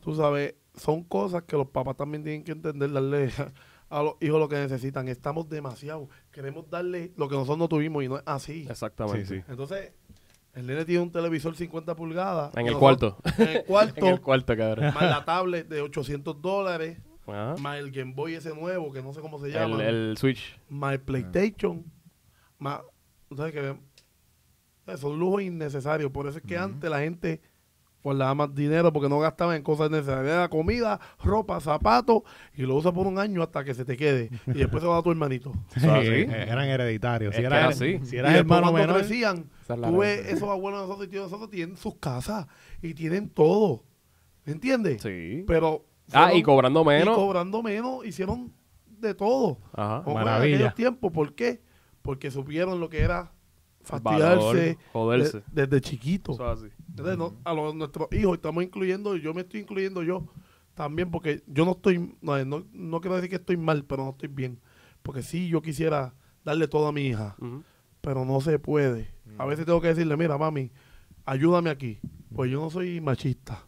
Speaker 3: tú sabes, son cosas que los papás también tienen que entender, darle a los hijos lo que necesitan. Estamos demasiado. Queremos darle lo que nosotros no tuvimos y no es así.
Speaker 1: Exactamente.
Speaker 2: Sí, sí.
Speaker 3: Entonces, el nene tiene un televisor 50 pulgadas.
Speaker 1: En
Speaker 3: y
Speaker 1: el
Speaker 3: nosotros-
Speaker 1: cuarto.
Speaker 3: En el cuarto.
Speaker 1: En el cuarto, cabrón.
Speaker 3: más la tablet de 800 dólares,
Speaker 1: Ajá.
Speaker 3: más el Game Boy ese nuevo, que no sé cómo se llama
Speaker 1: El, el Switch.
Speaker 3: más el PlayStation, más, tú ¿sabes qué? Eh, Son lujos innecesarios. Por eso es que antes la gente pues le daba más dinero porque no gastaban en cosas necesarias. Era comida, ropa, zapatos y lo usa por un año hasta que se te quede. Y después se va a tu hermanito.
Speaker 1: Eso es así.
Speaker 2: Eh, eran hereditarios.
Speaker 1: Es
Speaker 2: Si
Speaker 1: que
Speaker 2: eras,
Speaker 1: era así.
Speaker 2: si
Speaker 3: Y
Speaker 2: eras
Speaker 3: después
Speaker 2: hermano
Speaker 3: cuando
Speaker 2: menor,
Speaker 3: crecían,
Speaker 4: Esa es la
Speaker 3: tú ves
Speaker 4: realidad.
Speaker 3: esos abuelos de nosotros y tíos de nosotros tienen sus casas y tienen todo. ¿Me entiendes?
Speaker 1: Sí.
Speaker 3: Pero...
Speaker 1: Ah,
Speaker 3: fueron-
Speaker 1: y cobrando menos.
Speaker 3: Y cobrando menos, hicieron de todo.
Speaker 1: Ajá.
Speaker 3: Como
Speaker 2: Maravilla.
Speaker 3: Pues, En aquellos tiempos, ¿por qué? Porque supieron lo que era
Speaker 1: Valor,
Speaker 3: fastidiarse eh,
Speaker 1: joderse.
Speaker 3: de- desde chiquito.
Speaker 1: Eso es así.
Speaker 3: Entonces, no- a los- nuestros hijos estamos incluyendo, yo me estoy incluyendo yo también, porque yo no estoy, no, no, no quiero decir que estoy mal, pero no estoy bien. Porque sí, yo quisiera darle todo a mi hija,
Speaker 1: Ujú.
Speaker 3: pero no se puede. A veces tengo que decirle, mira, mami, ayúdame aquí, pues yo no soy machista.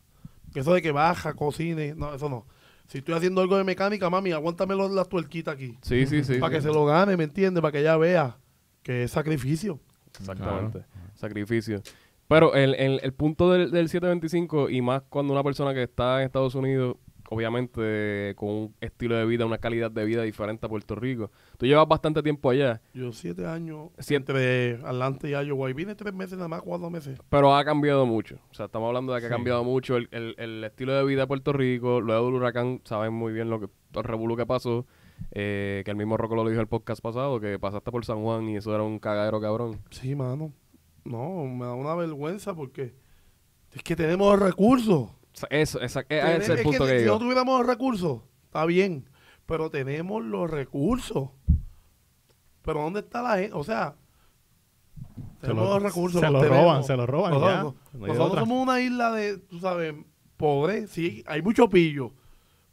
Speaker 3: Eso de que baja, cocine, no, eso no. Si estoy haciendo algo de mecánica, mami, aguántame los- las tuerquitas aquí
Speaker 1: Sí, sí, sí.
Speaker 3: para
Speaker 1: sí.
Speaker 3: que se lo gane, ¿me entiendes? Para que ella vea que es sacrificio.
Speaker 1: Exactamente. Sacrificio. Pero el, el, el punto del, del 725, y más cuando una persona que está en Estados Unidos, obviamente con un estilo de vida, una calidad de vida diferente a Puerto Rico. Tú llevas bastante tiempo allá,
Speaker 3: Yo siete años
Speaker 1: Sí.
Speaker 3: entre Atlanta y Iowa y vine tres meses nada más, cuatro meses.
Speaker 1: pero ha cambiado mucho. O sea, estamos hablando de que
Speaker 2: Sí.
Speaker 1: ha cambiado mucho el, el, el estilo de vida de Puerto Rico. Luego del huracán, saben muy bien lo que, todo el revuelo que pasó. eh, que el mismo Rocco lo dijo en el podcast pasado, que pasaste por San Juan y eso era un cagadero cabrón.
Speaker 3: Sí, mano. No, me da una vergüenza porque es que tenemos recursos.
Speaker 1: O sea, eso, esa- eh, ese
Speaker 3: Tenemos-
Speaker 1: es el punto que,
Speaker 3: si
Speaker 1: digo.
Speaker 3: no tuviéramos recursos, está bien, pero tenemos los recursos. Pero ¿dónde está la gente? O sea, Tenemos
Speaker 2: lo-
Speaker 3: los recursos.
Speaker 2: se lo
Speaker 3: los
Speaker 2: roban,
Speaker 3: tenemos.
Speaker 2: se lo roban,
Speaker 3: Nosotros,
Speaker 2: ya. No hay de
Speaker 3: nosotros
Speaker 2: otra.
Speaker 3: somos una isla de, tú sabes, pobre. Sí, hay mucho pillo.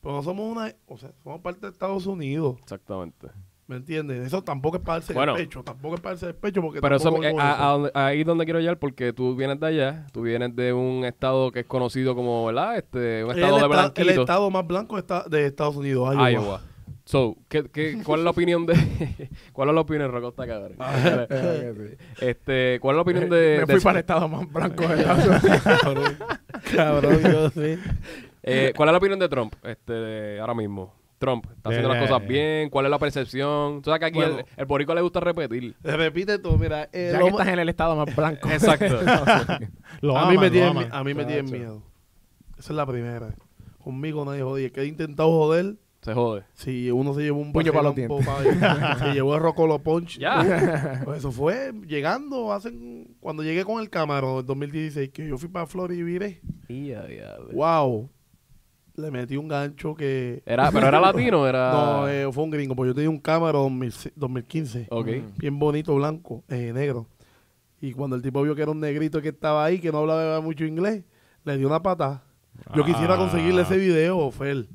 Speaker 3: Pero no somos una. O sea, somos parte de Estados Unidos.
Speaker 1: Exactamente.
Speaker 3: ¿Me entiendes? Eso tampoco es para darse
Speaker 1: Bueno.
Speaker 3: el pecho. Tampoco es para darse el pecho. Porque
Speaker 1: Pero eso,
Speaker 3: tampoco
Speaker 1: eh,
Speaker 3: vengo de
Speaker 1: a- a donde- ahí es donde quiero llegar porque tú vienes de allá, tú vienes de un estado que es conocido como, ¿verdad? Este, un
Speaker 3: Es
Speaker 1: estado
Speaker 3: el,
Speaker 1: de
Speaker 3: esta- el
Speaker 1: blanquitos.
Speaker 3: estado más blanco está- de Estados Unidos, Iowa.
Speaker 1: Iowa. So, ¿qué, qué, cuál es la opinión de cuál es la opinión Rocosta cabrón? este, ¿cuál es la opinión de,
Speaker 4: Me
Speaker 1: de-
Speaker 4: fui para el estado más blanco de Estados Unidos.
Speaker 3: Cabrón, yo sí.
Speaker 1: eh, cuál es la opinión de Trump este de ahora mismo? Trump está haciendo
Speaker 2: De-
Speaker 1: las cosas bien, ¿cuál es la percepción? Tú sabes que aquí
Speaker 3: Eh. Bueno.
Speaker 1: el, el boricua le gusta repetir.
Speaker 3: Repite tú, mira. eh,
Speaker 4: ya
Speaker 3: lo
Speaker 4: que
Speaker 3: ma-
Speaker 4: estás en el estado más blanco.
Speaker 1: Exacto.
Speaker 2: Lo
Speaker 3: a
Speaker 2: aman,
Speaker 3: mí me
Speaker 2: lo
Speaker 3: tienen,
Speaker 2: aman.
Speaker 3: mi- a mí me tienen
Speaker 4: Chacho.
Speaker 3: miedo. Esa es la primera. Conmigo nadie jodía. Que he intentado joder.
Speaker 1: Se jode.
Speaker 3: Si uno se llevó un
Speaker 4: Puño para los
Speaker 3: bajerón, pa- se llevó el Rocolo Punch.
Speaker 1: Ya.
Speaker 3: Pues eso fue llegando. Hacen, cuando llegué con el Camaro en 2016, que yo fui para Florida y viré. ¡Wow! Le metí un gancho que.
Speaker 1: Era, pero era latino, era
Speaker 3: No, eh, fue un gringo, porque yo tenía un Camaro 2006 2015.
Speaker 1: Ok.
Speaker 3: bien bonito, blanco, eh, negro. Y cuando el tipo vio que era un negrito que estaba ahí, que no hablaba mucho inglés, le dio una patada. Yo quisiera
Speaker 2: Ah.
Speaker 3: conseguirle ese video, Fel,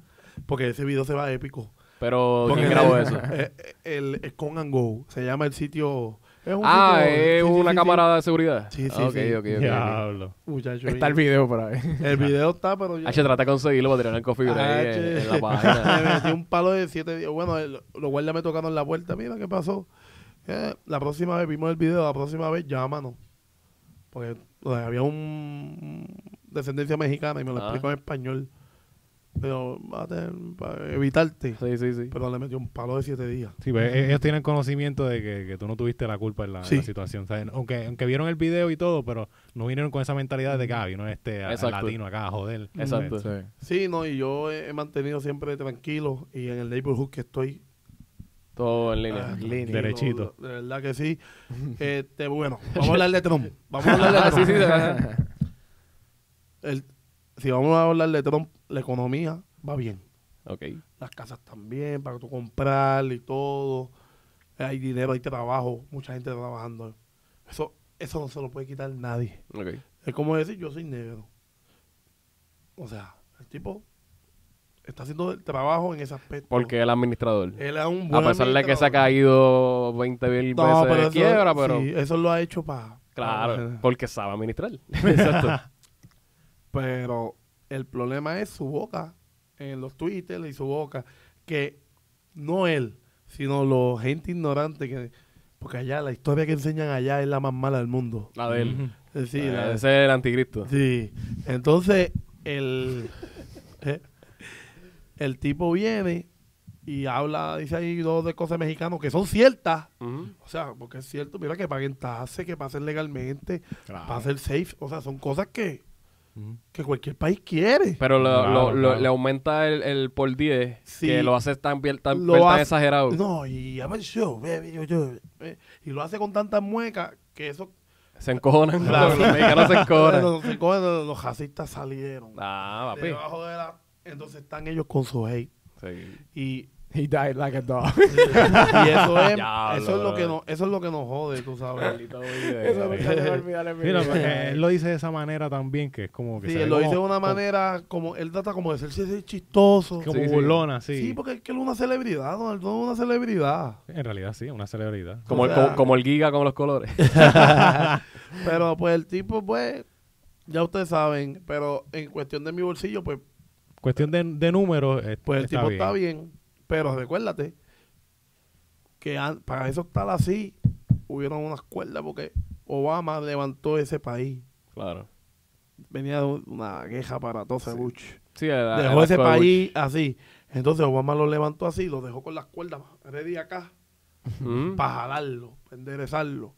Speaker 3: porque ese video se va épico.
Speaker 1: Pero
Speaker 3: Porque
Speaker 1: ¿quién grabó
Speaker 3: el-
Speaker 1: eso?
Speaker 3: eh, eh, El, es con and Go, se llama el sitio. Es un
Speaker 1: Ah,
Speaker 3: sitio-
Speaker 1: es
Speaker 3: sí, sí,
Speaker 1: una
Speaker 3: sí, sí.
Speaker 1: cámara de seguridad.
Speaker 3: Sí, sí,
Speaker 1: Ah, ok,
Speaker 3: sí.
Speaker 1: ok, ok, ok.
Speaker 2: Diablo.
Speaker 3: Muchacho,
Speaker 4: Está el
Speaker 3: video.
Speaker 4: video por ahí.
Speaker 3: El video está, pero yo.
Speaker 1: Ah, che, trata de conseguirlo para tirar en el configure ahí
Speaker 3: Ah,
Speaker 1: en,
Speaker 3: che.
Speaker 1: en la página.
Speaker 3: Me metí un palo de siete días. Bueno, el- los guardias me tocaron la puerta. Mira qué pasó. Eh, la próxima vez vimos el video, la próxima vez llámanos. Porque o sea, había un descendencia mexicana y me lo
Speaker 1: Ah.
Speaker 3: explicó en español. Pero va a tener- para evitarte.
Speaker 1: Sí, sí, sí.
Speaker 3: Pero le metió un palo de siete días.
Speaker 2: Sí, pues, e- ellos tienen conocimiento de que, que tú no tuviste la culpa en la, en
Speaker 3: Sí.
Speaker 2: la situación. ¿sabes? Aunque, aunque vieron el video y todo, pero no vinieron con esa mentalidad de que ah, vino este a- al
Speaker 1: Exacto.
Speaker 2: latino acá a joder.
Speaker 1: Exacto.
Speaker 3: Sí, no, y yo he, he mantenido siempre tranquilo y en el neighborhood que estoy.
Speaker 1: Todo en
Speaker 3: ah,
Speaker 1: línea.
Speaker 3: tranquilo,
Speaker 2: Derechito.
Speaker 3: De verdad que sí. Este, bueno, vamos a hablar de Trump. Vamos a hablar de
Speaker 1: Ah,
Speaker 3: Trump.
Speaker 1: sí, sí, ajá.
Speaker 3: el- si vamos a hablar de Trump, la economía va bien.
Speaker 1: ok.
Speaker 3: Las casas están bien para tú comprar y todo. Hay dinero, hay trabajo, mucha gente trabajando. Eso, eso no se lo puede quitar nadie.
Speaker 1: Ok.
Speaker 3: Es como decir, yo soy negro. O sea, el tipo está haciendo el trabajo en ese aspecto.
Speaker 1: Porque el administrador.
Speaker 3: él es un Eh, buen
Speaker 1: A pesar de que se ha
Speaker 3: administrador.
Speaker 1: caído 20 mil veces de
Speaker 3: eso,
Speaker 1: quiebra, pero.
Speaker 3: sí, Ah, eso lo ha hecho para...
Speaker 1: Claro, porque sabe administrar. Exacto.
Speaker 3: Pero el problema es su boca, en los Twitter y su boca, que no él, sino la gente ignorante que... Porque allá, la historia que enseñan allá es la más mala del mundo.
Speaker 1: La de él.
Speaker 3: Eh, Sí,
Speaker 1: Ah, Eh,
Speaker 3: la-
Speaker 1: Ese es el anticristo.
Speaker 3: sí. entonces el, eh, el tipo viene y habla, dice ahí dos de cosas mexicanas que son ciertas.
Speaker 1: Ujú.
Speaker 3: O sea, porque es cierto, mira, que paguen tasas, que pasen legalmente,
Speaker 2: Claro.
Speaker 3: pasen safe. O sea, son cosas que,
Speaker 2: Ujú.
Speaker 3: que cualquier país quiere.
Speaker 1: Pero lo-
Speaker 2: Claro,
Speaker 1: lo- lo-
Speaker 2: claro.
Speaker 1: le aumenta el, el por 10,
Speaker 3: Sí.
Speaker 1: que lo hace tan, bien- tan,
Speaker 3: Lo
Speaker 1: ver tan
Speaker 3: hace-
Speaker 1: exagerado.
Speaker 3: No, y ama el show, baby, yo, yo, eh, y lo hace con tantas muecas que eso.
Speaker 1: Se encojonan.
Speaker 3: Claro.
Speaker 1: Los mexicanos se encojonan.
Speaker 3: Los, los- los racistas salieron.
Speaker 1: Ah, papi.
Speaker 3: Debajo de la- entonces están ellos con su hate.
Speaker 1: Sí.
Speaker 3: Y,
Speaker 4: He died like a dog.
Speaker 3: y eso, es,
Speaker 1: Diablo,
Speaker 3: eso, es lo que
Speaker 1: brother.
Speaker 3: nos, eso es lo que nos jode, tú sabes.
Speaker 4: Eso nunca se me va a olvidar en mi
Speaker 2: Mira,
Speaker 4: vida.
Speaker 2: pues, eh, él lo dice de esa manera también, que es como que
Speaker 3: Sí,
Speaker 2: se ve
Speaker 3: él lo
Speaker 2: como-
Speaker 3: dice de una manera, como él trata como de ser, ser chistoso.
Speaker 2: como
Speaker 1: Sí, sí.
Speaker 2: burlona, sí.
Speaker 3: sí. porque es que él es una celebridad, Donald Trump es una celebridad.
Speaker 2: En realidad sí, una celebridad.
Speaker 1: Como,
Speaker 3: O
Speaker 1: el-
Speaker 3: sea-
Speaker 1: como, como el giga con los colores.
Speaker 3: Pero pues el tipo, pues, ya ustedes saben, pero en cuestión de mi bolsillo, pues,
Speaker 2: Cuestión de, de números, eh,
Speaker 3: pues el
Speaker 2: está
Speaker 3: tipo
Speaker 2: bien.
Speaker 3: está bien. Pero recuérdate que an- para eso estar así, hubieron unas cuerdas porque Obama levantó ese país.
Speaker 1: claro.
Speaker 3: Venía de un- una queja para de Bush.
Speaker 1: Sí, Ah, era-
Speaker 3: Dejó
Speaker 1: era
Speaker 3: ese
Speaker 1: Scott
Speaker 3: país así. Entonces Obama lo levantó así, lo dejó con las cuerdas ready acá
Speaker 1: Bush. Ujú.
Speaker 3: para jalarlo, para enderezarlo.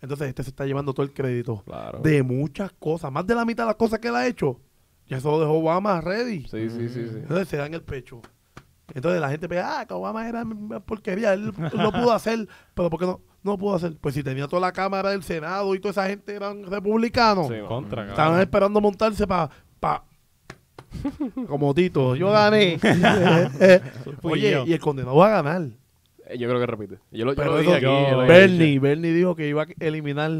Speaker 3: Entonces este se está llevando todo el crédito.
Speaker 1: Claro.
Speaker 3: de muchas cosas. Más de la mitad de las cosas que él ha hecho, ya eso lo dejó Obama ready.
Speaker 1: Sí, sí, sí, sí.
Speaker 3: Entonces se da en el pecho. Entonces la gente pega, ah, que Obama era una porquería, él lo pudo hacer, pero ¿por qué no, no pudo hacer? Pues si tenía toda la Cámara del Senado y toda esa gente eran republicanos,
Speaker 1: Sí, mano.
Speaker 2: Contra,
Speaker 3: estaban
Speaker 2: cabrón.
Speaker 3: esperando montarse para... Pa, como Tito, yo
Speaker 2: Fui
Speaker 3: gané. Oye,
Speaker 2: yo.
Speaker 3: y el condenado va a ganar.
Speaker 1: Eh, Yo creo que repite. Yo lo, yo
Speaker 3: Pero
Speaker 1: lo
Speaker 3: eso-
Speaker 1: dije aquí. yo lo dije
Speaker 3: Bernie,
Speaker 1: aquí.
Speaker 3: Bernie dijo que iba a eliminar.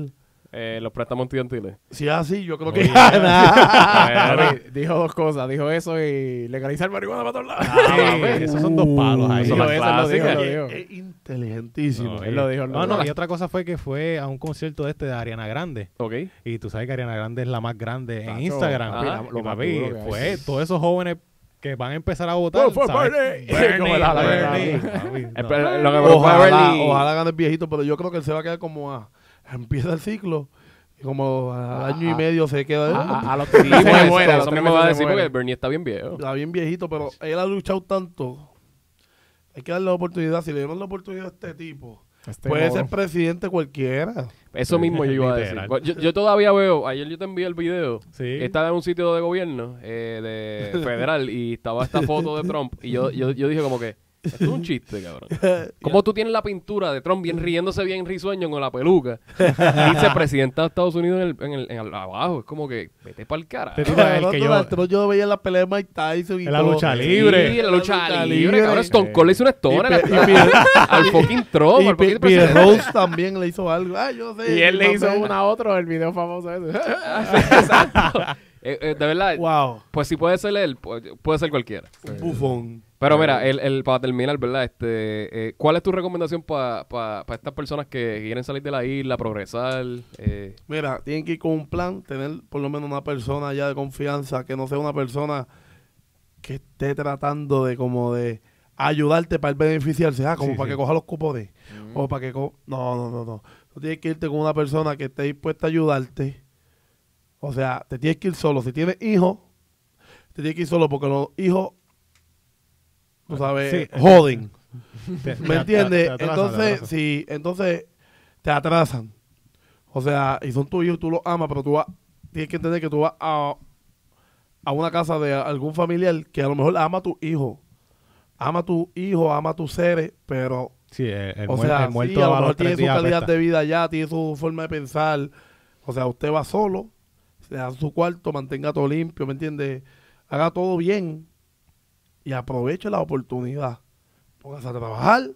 Speaker 1: Eh, los préstamos estudiantiles.
Speaker 3: Si es así, yo creo que
Speaker 2: Oye.
Speaker 1: Ah,
Speaker 4: Papi, dijo dos cosas. Dijo eso y legalizar marihuana para todos lados.
Speaker 2: Ah, Sí, esos son dos palos ahí.
Speaker 1: Eso es la
Speaker 4: Eso lo dijo,
Speaker 1: clásica.
Speaker 4: lo
Speaker 3: Oye,
Speaker 4: dijo.
Speaker 3: es eh, inteligentísimo.
Speaker 2: No,
Speaker 4: Él lo dijo. él lo
Speaker 2: ah, No, no,
Speaker 4: dijo.
Speaker 2: y otra cosa fue que fue a un concierto este de Ariana Grande.
Speaker 1: ok. Eh,
Speaker 2: Y tú sabes que Ariana Grande es la más grande en
Speaker 4: Tacho,
Speaker 2: Instagram.
Speaker 1: papi,
Speaker 2: Ajá.
Speaker 4: la- lo
Speaker 2: Y,
Speaker 4: más
Speaker 2: papi,
Speaker 4: duro que hay.
Speaker 2: fue todos esos jóvenes que van a empezar a votar.
Speaker 4: Vote for
Speaker 2: ¿sabes?
Speaker 3: eh.
Speaker 4: Bernie.
Speaker 2: Bernie,
Speaker 4: Como la- la-
Speaker 2: Bernie,
Speaker 4: la-
Speaker 2: papi, no.
Speaker 1: Eh, pero, eh, Lo que me preocupa de
Speaker 3: Ojalá,
Speaker 1: Bernie-
Speaker 3: ojalá gane el viejito, pero yo creo que él se va a quedar como a. Empieza el ciclo y como
Speaker 4: Ah,
Speaker 3: al año y medio se queda.
Speaker 4: A, a los
Speaker 1: Sí, pues,
Speaker 4: se muere, a los
Speaker 1: eso
Speaker 4: tres
Speaker 1: mismo va a
Speaker 4: meses se
Speaker 1: decir porque
Speaker 4: muere.
Speaker 1: Bernie está bien viejo.
Speaker 3: Está bien viejito, pero él ha luchado tanto. Hay que darle la oportunidad. Si le damos la oportunidad a este tipo,
Speaker 4: Este
Speaker 3: puede
Speaker 4: modo.
Speaker 3: ser presidente cualquiera.
Speaker 1: Eso mismo yo iba a decir.
Speaker 2: Literal.
Speaker 1: Yo, yo todavía veo, ayer yo te envié el video.
Speaker 2: Sí.
Speaker 1: Estaba en un sitio de gobierno eh, de federal y estaba esta foto de Trump. Y yo, yo, yo dije como que, esto es un chiste, cabrón. ¿Cómo tú tienes la pintura de Trump bien riéndose bien risueño con la peluca? Y se presidenta de Estados Unidos en el, en el- en el- abajo. Es como que, vete para el cara.
Speaker 2: Te
Speaker 3: Yo,
Speaker 2: Mira, el
Speaker 3: cabrón,
Speaker 2: que
Speaker 3: Donald
Speaker 2: yo-
Speaker 3: Trump, yo veía la pelea de Mike Tyson y
Speaker 2: En la
Speaker 3: todo.
Speaker 2: lucha
Speaker 3: Sí,
Speaker 2: libre.
Speaker 1: Sí, la lucha libre, cabrón.
Speaker 2: Eh.
Speaker 1: Stone Cold le hizo una stoner
Speaker 3: Y
Speaker 1: al,
Speaker 3: Pe- y Pe-
Speaker 1: al fucking Trump.
Speaker 3: y
Speaker 1: al fucking
Speaker 3: Pe-
Speaker 1: presidente.
Speaker 3: Pierrot también le hizo algo. Ah, yo sé.
Speaker 4: Y él le
Speaker 3: yo
Speaker 4: hizo
Speaker 3: sé.
Speaker 4: una a otro el video famoso ese.
Speaker 1: Eh, eh, de verdad,
Speaker 3: Wow.
Speaker 1: pues si puede ser él, pu- puede ser cualquiera.
Speaker 3: Un bufón.
Speaker 1: Pero mira, el, el, para terminar, ¿verdad? Este, eh, ¿Cuál es tu recomendación para estas personas que quieren salir de la isla, progresar? Eh,
Speaker 3: Mira, tienen que ir con un plan, tener por lo menos una persona ya de confianza, que no sea una persona que esté tratando de como de ayudarte para el beneficiarse, ah, como
Speaker 2: Sí,
Speaker 3: para
Speaker 2: sí.
Speaker 3: que coja los cupones,
Speaker 4: Mm.
Speaker 3: o para que... co- no, no, no, no. Tú tienes que irte con una persona que esté dispuesta a ayudarte. O sea, te tienes que ir solo. Si tienes hijos, te tienes que ir solo porque los hijos, tú sabes,
Speaker 2: Sí.
Speaker 3: joden.
Speaker 2: Te- te-
Speaker 3: ¿Me entiendes?
Speaker 2: te atrasan, te
Speaker 3: entonces,
Speaker 2: atrasan.
Speaker 3: sí, entonces te atrasan. O sea, y son tuyos, tú los amas, pero tú vas, tienes que entender que tú vas a, a una casa de algún familiar que a lo mejor ama a tu hijo. Ama a tu hijo, ama a tus seres, pero,
Speaker 2: Sí, el, el
Speaker 3: o
Speaker 2: muer-
Speaker 3: sea,
Speaker 2: el muerto
Speaker 3: sí, a lo
Speaker 2: a
Speaker 3: mejor
Speaker 2: los
Speaker 3: tiene
Speaker 2: tres
Speaker 3: su
Speaker 2: días
Speaker 3: calidad
Speaker 2: apesta.
Speaker 3: de vida ya, tiene su forma de pensar. O sea, usted va solo, se da su cuarto, mantenga todo limpio, ¿me entiendes? Haga todo bien y aproveche la oportunidad. Póngase a trabajar,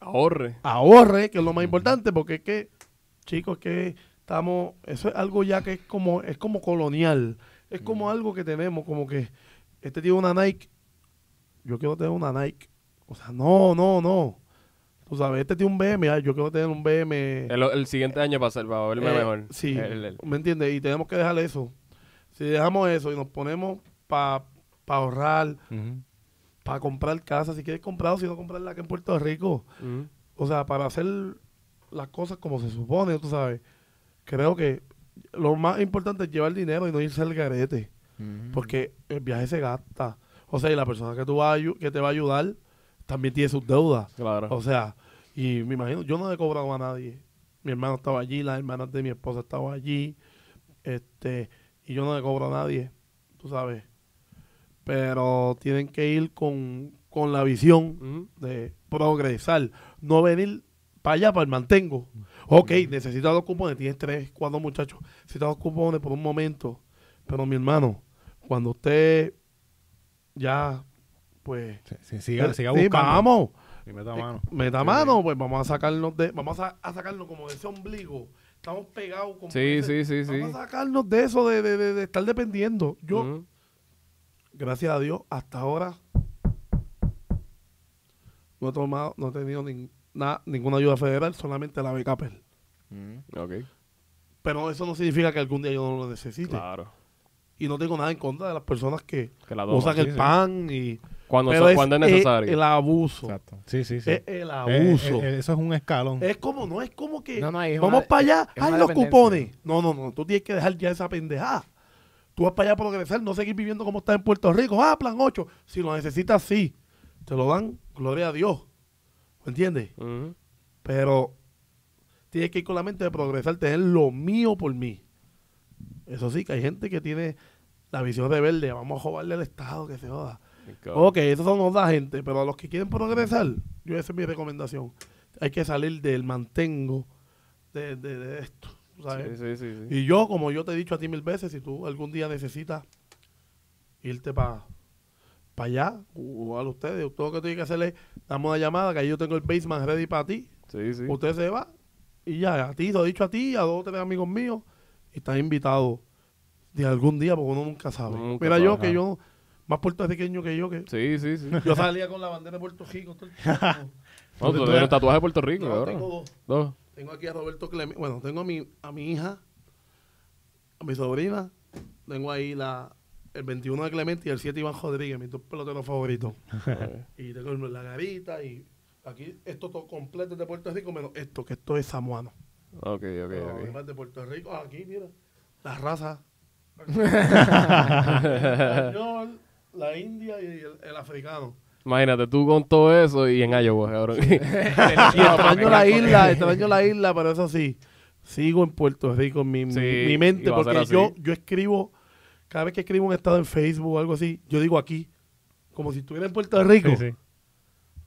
Speaker 1: ahorre.
Speaker 3: ahorre, que es lo más importante, porque es que, chicos, que estamos, eso es algo ya que es como, es como colonial, es
Speaker 1: Mm.
Speaker 3: como algo que tenemos, como que este tiene una Nike, yo quiero tener una Nike, o sea, no, no, no, tú sabes, este tiene un BM, ay, yo quiero tener un BM,
Speaker 1: El, el siguiente año para ser, para verme
Speaker 3: eh,
Speaker 1: mejor.
Speaker 3: Sí,
Speaker 1: El- el-
Speaker 3: ¿me entiendes? Y tenemos que dejar eso, si dejamos eso y nos ponemos para ahorrar,
Speaker 2: Ujú.
Speaker 3: para comprar casa, si quieres comprar o si no comprarla acá en Puerto Rico,
Speaker 1: Ujú.
Speaker 3: o sea, para hacer las cosas como se supone, tú sabes. Creo que lo más importante es llevar dinero y no irse al garete.
Speaker 2: Mm,
Speaker 3: Porque el viaje se gasta. O sea, y la persona que, tú vas a ayu- que te va a ayudar también tiene sus deudas.
Speaker 1: Claro.
Speaker 3: O sea, y me imagino, yo no le he cobrado a nadie. Mi hermano estaba allí, las hermanas de mi esposa estaban allí. Este, y yo no le cobro a nadie, tú sabes. Pero tienen que ir con, con la visión
Speaker 1: Ujú.
Speaker 3: de progresar, no venir para allá, para el mantengo. Ok, necesitas dos cupones, tienes tres, cuatro muchachos, necesitas dos cupones por un momento, pero mi hermano, cuando usted ya, pues,
Speaker 2: Sí, sí, siga,
Speaker 3: eh,
Speaker 2: siga
Speaker 3: sí,
Speaker 2: buscando.
Speaker 3: vamos,
Speaker 2: Y meta
Speaker 3: eh,
Speaker 2: mano.
Speaker 3: meta mano, pues vamos a sacarnos de, vamos a, a sacarnos como de ese ombligo, estamos pegados como
Speaker 1: Sí,
Speaker 3: ese-
Speaker 1: sí, sí, sí.
Speaker 3: vamos a sacarnos de eso, de, de- de- de estar dependiendo. Yo,
Speaker 1: Ujú.
Speaker 3: gracias a Dios, hasta ahora no he tomado, no he tenido nin- na- ninguna ayuda federal, solamente la BKPEL.
Speaker 2: mm.
Speaker 1: Ok.
Speaker 3: Pero eso no significa que algún día yo no lo necesite.
Speaker 1: Claro.
Speaker 3: Y no tengo nada en contra de las personas que
Speaker 1: Que la
Speaker 3: usan
Speaker 1: toman.
Speaker 3: el pan y
Speaker 1: Cuando,
Speaker 3: pero
Speaker 1: so- cuando es necesario.
Speaker 3: eh, el abuso.
Speaker 4: Exacto.
Speaker 2: Sí, sí, sí.
Speaker 3: Es el
Speaker 2: Eh,
Speaker 3: abuso.
Speaker 2: eh, eh, eso es un escalón.
Speaker 3: es como, no es como que
Speaker 4: No, no, es
Speaker 3: vamos
Speaker 4: una-
Speaker 3: para allá,
Speaker 4: es una
Speaker 3: hay los
Speaker 4: dependencia.
Speaker 3: cupones. No, no, no, tú tienes que dejar ya esa pendejada. Tú vas para allá a progresar, no seguir viviendo como estás en Puerto Rico. Ah, plan 8. Si lo necesitas, sí. Te lo dan, gloria a Dios. ¿Me entiendes?
Speaker 1: Ujú.
Speaker 3: Pero tienes que ir con la mente de progresar, tener lo mío por mí. Eso sí, que hay gente que tiene la visión rebelde, vamos a joderle al Estado, que se joda. Ok, esos son otra gente, pero a los que quieren progresar, yo esa es mi recomendación. Hay que salir del mantengo de, de- de esto,
Speaker 1: Sí,
Speaker 3: ¿sabes?
Speaker 1: sí, sí. sí.
Speaker 3: Y yo, como yo te he dicho a ti mil veces, si tú algún día necesitas irte para para allá, o a ustedes. Todo lo que tienen que hacer es, damos una llamada, que ahí yo tengo el basement ready para ti.
Speaker 1: Sí, sí.
Speaker 3: Usted se va y ya, a ti, lo he dicho a ti, a dos o tres amigos míos, y están invitados de algún día, porque uno nunca sabe.
Speaker 1: Uno nunca
Speaker 3: Mira
Speaker 1: sabe,
Speaker 3: yo,
Speaker 1: ajá.
Speaker 3: que yo, más puertorriqueño que yo, que
Speaker 1: Sí, sí, sí.
Speaker 3: yo salía con la bandera de Puerto Rico. todo el tiempo.
Speaker 1: No, tú
Speaker 2: tú
Speaker 1: tienes
Speaker 2: eres-
Speaker 1: tatuaje de Puerto Rico,
Speaker 3: No,
Speaker 1: ahora.
Speaker 3: tengo dos.
Speaker 1: Dos.
Speaker 3: Tengo aquí a Roberto Clemente. Bueno, tengo a mi, a mi hija, a mi sobrina. Tengo ahí la, el 21 de Clemente y el 7 Iván Rodríguez, mis dos peloteros favoritos. y tengo el- la garita y aquí esto todo completo es de Puerto Rico, menos esto, que esto es samoano.
Speaker 1: Ok, ok,
Speaker 3: Pero
Speaker 1: ok.
Speaker 3: además de Puerto Rico, ah, aquí mira, la raza. el español, la india y el, el africano.
Speaker 1: Imagínate, tú con todo eso y en Iowa, cabrón.
Speaker 3: Y extraño la isla, extraño la isla, pero eso sí, sigo en Puerto Rico en mi, mi-
Speaker 1: Sí,
Speaker 3: mi mente,
Speaker 1: y va a
Speaker 3: porque
Speaker 1: ser
Speaker 3: yo,
Speaker 1: así.
Speaker 3: yo escribo, cada vez que escribo un estado en Facebook o algo así, yo digo aquí, como si estuviera en Puerto Rico.
Speaker 2: Sí, sí.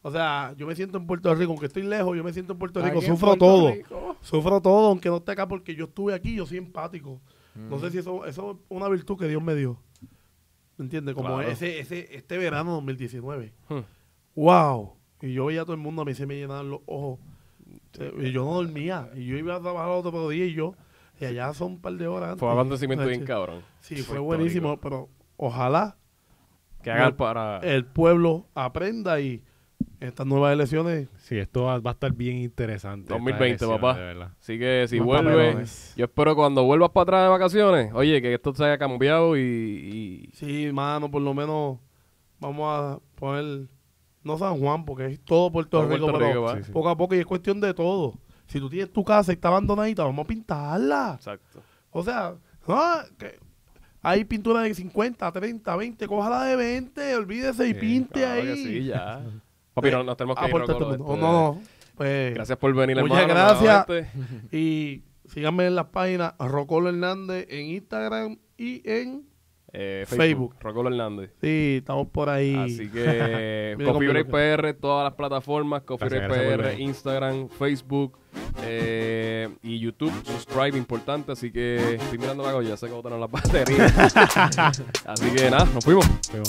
Speaker 3: O sea, yo me siento en Puerto Rico, aunque estoy lejos, yo me siento en Puerto Rico,
Speaker 4: Aquí en
Speaker 3: sufro
Speaker 4: Puerto
Speaker 3: todo.
Speaker 4: Rico.
Speaker 3: Sufro todo, aunque no esté acá, porque yo estuve aquí, yo soy empático. No sé si eso, eso es una virtud que Dios me dio. ¿Me entiendes? Como
Speaker 1: Claro.
Speaker 3: ese, ese, este verano 2019.
Speaker 1: Hmm.
Speaker 3: ¡Wow! Y yo veía a todo el mundo, a mí se me llenaban los ojos. Eh, Y yo no dormía. Y yo iba a trabajar al otro día y yo. Y allá son un par de horas. Antes.
Speaker 1: Fue un acontecimiento bien
Speaker 3: Sí,
Speaker 1: cabrón.
Speaker 3: Sí, fue
Speaker 1: Puerto
Speaker 3: buenísimo,
Speaker 1: Rico.
Speaker 3: pero ojalá
Speaker 1: Que hagan
Speaker 3: No,
Speaker 1: para...
Speaker 3: el pueblo aprenda y estas nuevas elecciones
Speaker 2: Sí, esto va, va a estar bien interesante.
Speaker 1: 2020,
Speaker 2: estas elecciones,
Speaker 1: papá.
Speaker 2: de verdad.
Speaker 1: Así que si
Speaker 3: Más
Speaker 1: vuelve,
Speaker 3: papelones.
Speaker 1: yo espero cuando vuelvas para atrás de vacaciones, oye, que esto se haya cambiado y... y-
Speaker 3: Sí, mano, por lo menos vamos a poner, no San Juan, porque es todo Puerto
Speaker 1: Todo
Speaker 3: Rico,
Speaker 1: Puerto
Speaker 3: pero
Speaker 1: Rico, va.
Speaker 2: Sí, sí.
Speaker 3: poco a poco y es cuestión de todo. Si tú tienes tu casa y está abandonadita, vamos a pintarla.
Speaker 1: Exacto.
Speaker 3: O sea, ah, que hay pintura de 50, 30, 20, cójala de 20, olvídese
Speaker 2: Sí,
Speaker 3: y
Speaker 1: Eh,
Speaker 3: pinte
Speaker 1: Claro que
Speaker 3: ahí.
Speaker 1: sí, ya. Papi, no, nos tenemos que
Speaker 3: a
Speaker 1: ir.
Speaker 3: Puerto
Speaker 1: Rocolo,
Speaker 3: Rico. Oh,
Speaker 1: este,
Speaker 3: no, no. Pues,
Speaker 1: Gracias por venir, hermano.
Speaker 3: Muchas gracias.
Speaker 1: nuevamente.
Speaker 3: Y síganme en las páginas Rocolo Hernández en Instagram y en...
Speaker 1: Eh,
Speaker 3: Facebook.
Speaker 1: Facebook. Rocolo Hernández.
Speaker 3: Sí, estamos por ahí.
Speaker 1: Así que
Speaker 3: Mira
Speaker 1: Coffee
Speaker 3: cómo
Speaker 1: Break
Speaker 3: lo
Speaker 1: PR, todas las plataformas, Coffee
Speaker 2: Gracias,
Speaker 1: Break
Speaker 2: gracias por
Speaker 1: PR,
Speaker 2: venir.
Speaker 1: Instagram, Facebook eh, y YouTube. Subscribe, importante. Así que estoy mirando la ya sé que botaron las baterías. así que nada, nos fuimos.
Speaker 2: Pero-